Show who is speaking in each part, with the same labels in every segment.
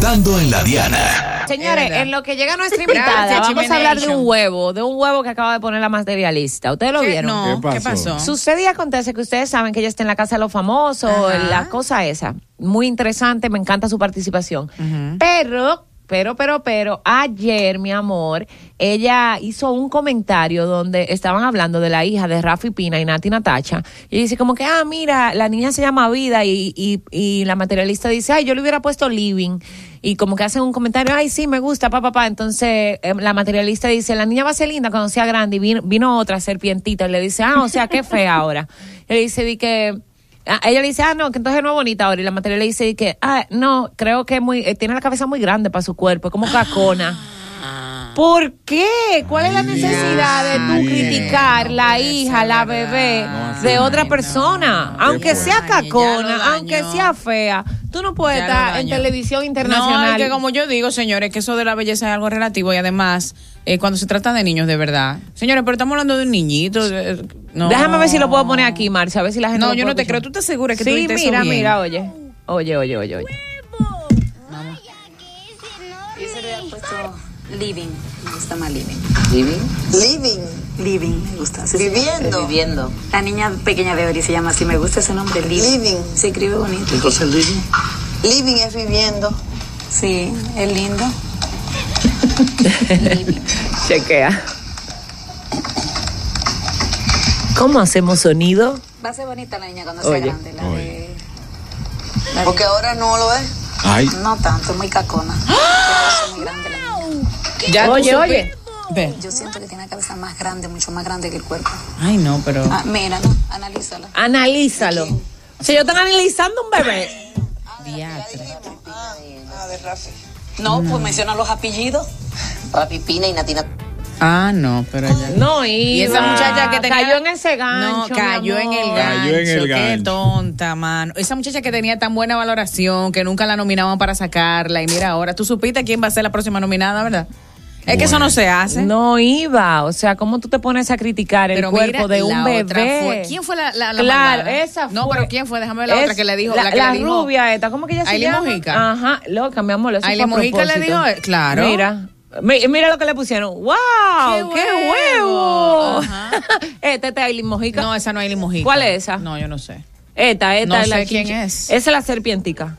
Speaker 1: Dando en la diana.
Speaker 2: Señores, en lo que llega nuestra invitada, vamos a hablar de un huevo, de un huevo que acaba de poner la materialista. ¿Ustedes lo vieron?
Speaker 3: No,
Speaker 1: ¿Qué
Speaker 3: ¿qué pasó?
Speaker 2: Sucede y acontece que ustedes saben que ella está en la casa de los famosos, la cosa esa. Muy interesante, me encanta su participación. Pero, pero, pero, pero, ayer, mi amor, ella hizo un comentario donde estaban hablando de la hija de Rafi Pina y Nati Natacha. Y dice como que, ah, mira, la niña se llama Vida y, y, y la materialista dice, ay, yo le hubiera puesto Living. Y como que hacen un comentario, ay, sí, me gusta, papá, papá. Entonces eh, la materialista dice, la niña va a ser linda cuando sea grande. Y vino, vino otra serpientita y le dice, ah, o sea, qué fea ahora. Y le dice, di que... Ah, Ella le dice, ah, no, que entonces no es bonita ahora. Y la materia le dice di que, ah, no, creo que es muy, eh, tiene la cabeza muy grande para su cuerpo, es como cacona. ¿Por qué? ¿Cuál es la necesidad de tú
Speaker 3: mío.
Speaker 2: criticar la hija, la bebé de otra persona? Aunque sea
Speaker 3: Ay, ya lo
Speaker 2: cacona,
Speaker 3: dañó.
Speaker 2: aunque sea fea, tú no puedes
Speaker 3: Ya lo
Speaker 2: estar en
Speaker 3: dañó.
Speaker 2: televisión
Speaker 3: No, es
Speaker 2: internacional.
Speaker 3: que como yo digo, señores, que eso de la belleza es algo relativo y además, eh, cuando se trata de niños, de verdad. Señores, pero estamos hablando de un niñito. eh, no.
Speaker 2: Déjame ver si lo puedo poner aquí, Marcia, a ver si la gente
Speaker 3: No,
Speaker 2: lo
Speaker 3: yo
Speaker 2: puede
Speaker 3: no te
Speaker 2: escuchar.
Speaker 3: creo. ¿Tú te aseguras que tú
Speaker 2: Sí,
Speaker 3: dijiste eso
Speaker 2: mira,
Speaker 3: bien?
Speaker 2: mira, oye. Oye, oye, oye, oye.
Speaker 4: Living. Me gusta más living.
Speaker 5: Living,
Speaker 4: Living, me gusta. Se escribe
Speaker 5: viviendo.
Speaker 4: Viviendo. La niña pequeña de Ori se llama así. Me gusta ese nombre, Living.
Speaker 5: Living.
Speaker 4: Se escribe bonito.
Speaker 1: Entonces, Lili,
Speaker 5: Living es viviendo.
Speaker 4: Sí, es lindo.
Speaker 2: Chequea. ¿Cómo hacemos sonido?
Speaker 4: Va a ser bonita la niña cuando
Speaker 2: Oye.
Speaker 4: sea grande. La de... la de-
Speaker 5: Porque ahora no lo es. ¡Ah!
Speaker 1: ay,
Speaker 4: No tanto, muy cacona. Muy grande la niña.
Speaker 3: Ya tú
Speaker 2: Oye,
Speaker 3: supi-
Speaker 2: oye.
Speaker 3: Ve.
Speaker 4: Yo siento que tiene la cabeza más grande, mucho más grande que el cuerpo.
Speaker 3: Ay, no, pero.
Speaker 4: Ah, mira, ¿no? analízala.
Speaker 2: Analízalo. Si yo estoy analizando un bebé.
Speaker 5: Ah,
Speaker 4: Ah, No, pues menciona los apellidos.
Speaker 5: Rapi Pina y Natina.
Speaker 3: Ah, no, pero ya.
Speaker 2: No, y,
Speaker 3: Y esa muchacha que tenía.
Speaker 2: cayó en ese gancho.
Speaker 3: No, cayó
Speaker 2: mi
Speaker 3: en
Speaker 2: amor.
Speaker 3: el gancho.
Speaker 1: Cayó en el
Speaker 3: Qué
Speaker 1: gancho.
Speaker 3: tonta, mano. Esa muchacha que tenía tan buena valoración, que nunca la nominaban para sacarla. Y mira ahora, tú supiste quién va a ser la próxima nominada, ¿verdad? Es que eso no se hace.
Speaker 2: No iba, o sea, ¿cómo tú te pones a criticar el
Speaker 3: Pero
Speaker 2: cuerpo
Speaker 3: mira,
Speaker 2: de un
Speaker 3: la
Speaker 2: bebé?
Speaker 3: otra fue- ¿Quién fue la- la- la
Speaker 2: Claro,
Speaker 3: mandada?
Speaker 2: esa fue.
Speaker 3: No, pero ¿quién fue? Déjame ver la otra que le dijo-
Speaker 2: La,
Speaker 3: la que le
Speaker 2: la
Speaker 3: dijo-
Speaker 2: rubia esta, ¿cómo que ella se
Speaker 3: Aileen
Speaker 2: llama?
Speaker 3: Mojica.
Speaker 2: Ajá, luego cambiamos los
Speaker 3: Aileen Mojica le dijo, eh, claro.
Speaker 2: Mira. mi- Mira lo que le pusieron. ¡Wow! ¡Qué,
Speaker 3: ¡Qué
Speaker 2: huevo!
Speaker 3: huevo!
Speaker 2: Esta, esta es Aileen Mojica.
Speaker 3: No, esa no es Lili Mojica.
Speaker 2: ¿Cuál es esa?
Speaker 3: No, yo no sé.
Speaker 2: Esta, esta
Speaker 3: No
Speaker 2: es la
Speaker 3: sé quién
Speaker 2: chinche-
Speaker 3: es.
Speaker 2: Esa es la serpientica.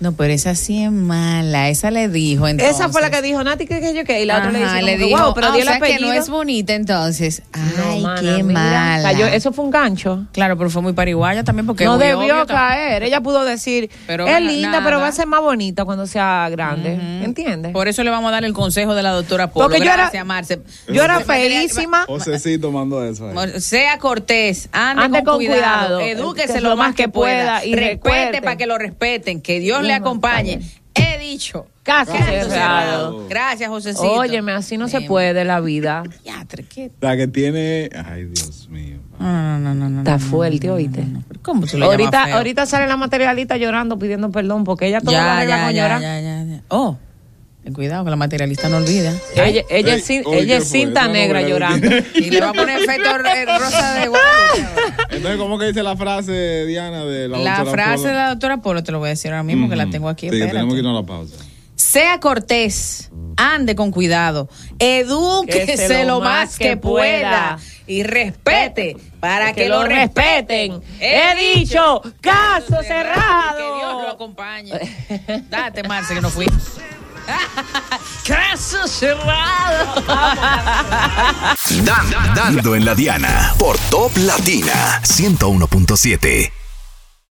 Speaker 3: No, pero esa sí es mala. Esa le dijo entonces.
Speaker 2: Esa fue la que dijo Nati que, que yo que y la otra le,
Speaker 3: Ajá,
Speaker 2: dice
Speaker 3: le
Speaker 2: como que,
Speaker 3: dijo,
Speaker 2: "Guau, pero
Speaker 3: "Ah,
Speaker 2: dio
Speaker 3: o
Speaker 2: el
Speaker 3: sea que no
Speaker 2: apellido".
Speaker 3: es bonita entonces.
Speaker 2: No,
Speaker 3: Ay,
Speaker 2: mana,
Speaker 3: qué
Speaker 2: mira,
Speaker 3: mala.
Speaker 2: cayó- eso fue un gancho.
Speaker 3: Claro, pero fue muy pariguaya también porque
Speaker 2: no
Speaker 3: es muy
Speaker 2: debió
Speaker 3: obvio también.
Speaker 2: caer. Ella pudo decir,
Speaker 3: Pero
Speaker 2: es
Speaker 3: bueno,
Speaker 2: linda,
Speaker 3: nada.
Speaker 2: pero va a ser más bonita cuando sea grande. ¿Entiendes?
Speaker 3: Por eso le vamos a dar el consejo de la doctora Polo.
Speaker 2: Porque yo era,
Speaker 3: Gracias, Marce.
Speaker 2: yo era
Speaker 3: Material-
Speaker 2: feísima.
Speaker 1: Josecito mandó eso. ahí.
Speaker 3: Sea cortés, ande,
Speaker 2: Ande
Speaker 3: con,
Speaker 2: con cuidado,
Speaker 3: cuidado,
Speaker 2: que
Speaker 3: edúquese
Speaker 2: es
Speaker 3: lo más que pueda,
Speaker 2: y recuerde.
Speaker 3: respete para que lo respeten, que Dios le acompañe. He dicho.
Speaker 2: Casi
Speaker 3: Canto
Speaker 2: cerrado.
Speaker 3: Gracias, Josecito.
Speaker 2: Óyeme, así no se puede la vida.
Speaker 3: Diatre, ¿qué?
Speaker 1: La que tiene. Ay, Dios mío.
Speaker 3: No, no, no, no, no.
Speaker 2: Está fuerte, oíste.
Speaker 3: ¿Cómo se le llama
Speaker 2: Ahorita,
Speaker 3: feo?
Speaker 2: ahorita sale la materialista llorando, pidiendo perdón, porque ella todo lo
Speaker 3: ya,
Speaker 2: arregla
Speaker 3: ya,
Speaker 2: con
Speaker 3: ya,
Speaker 2: llorar.
Speaker 3: ya, ya, ya. Oh, ten cuidado que la materialista no olvida.
Speaker 2: Ella, ella
Speaker 1: Ey,
Speaker 2: es, cin-
Speaker 1: oye, ¿qué
Speaker 2: ella es
Speaker 1: fue?
Speaker 2: cinta
Speaker 1: Esa
Speaker 2: negra
Speaker 1: novela
Speaker 2: llorando.
Speaker 1: que tiene.
Speaker 3: Y le va a poner efecto eh, rosa de Guadalupe.
Speaker 1: Entonces, ¿cómo que dice la frase, Diana, de la
Speaker 3: La
Speaker 1: doctora
Speaker 3: frase
Speaker 1: Polo?
Speaker 3: de la doctora Polo te lo voy a decir ahora mismo que la tengo aquí.
Speaker 1: Sí, que
Speaker 3: espérate.
Speaker 1: tenemos que irnos a la pausa.
Speaker 3: Sea cortés, ande con cuidado, edúquese lo más que pueda y respete Para que, lo respeten.
Speaker 2: He dicho, caso cerrado.
Speaker 3: Que Dios lo acompañe. Date, Marce, que no fui. caso cerrado.
Speaker 6: Dan- dando en la diana por Top Latina 101.7.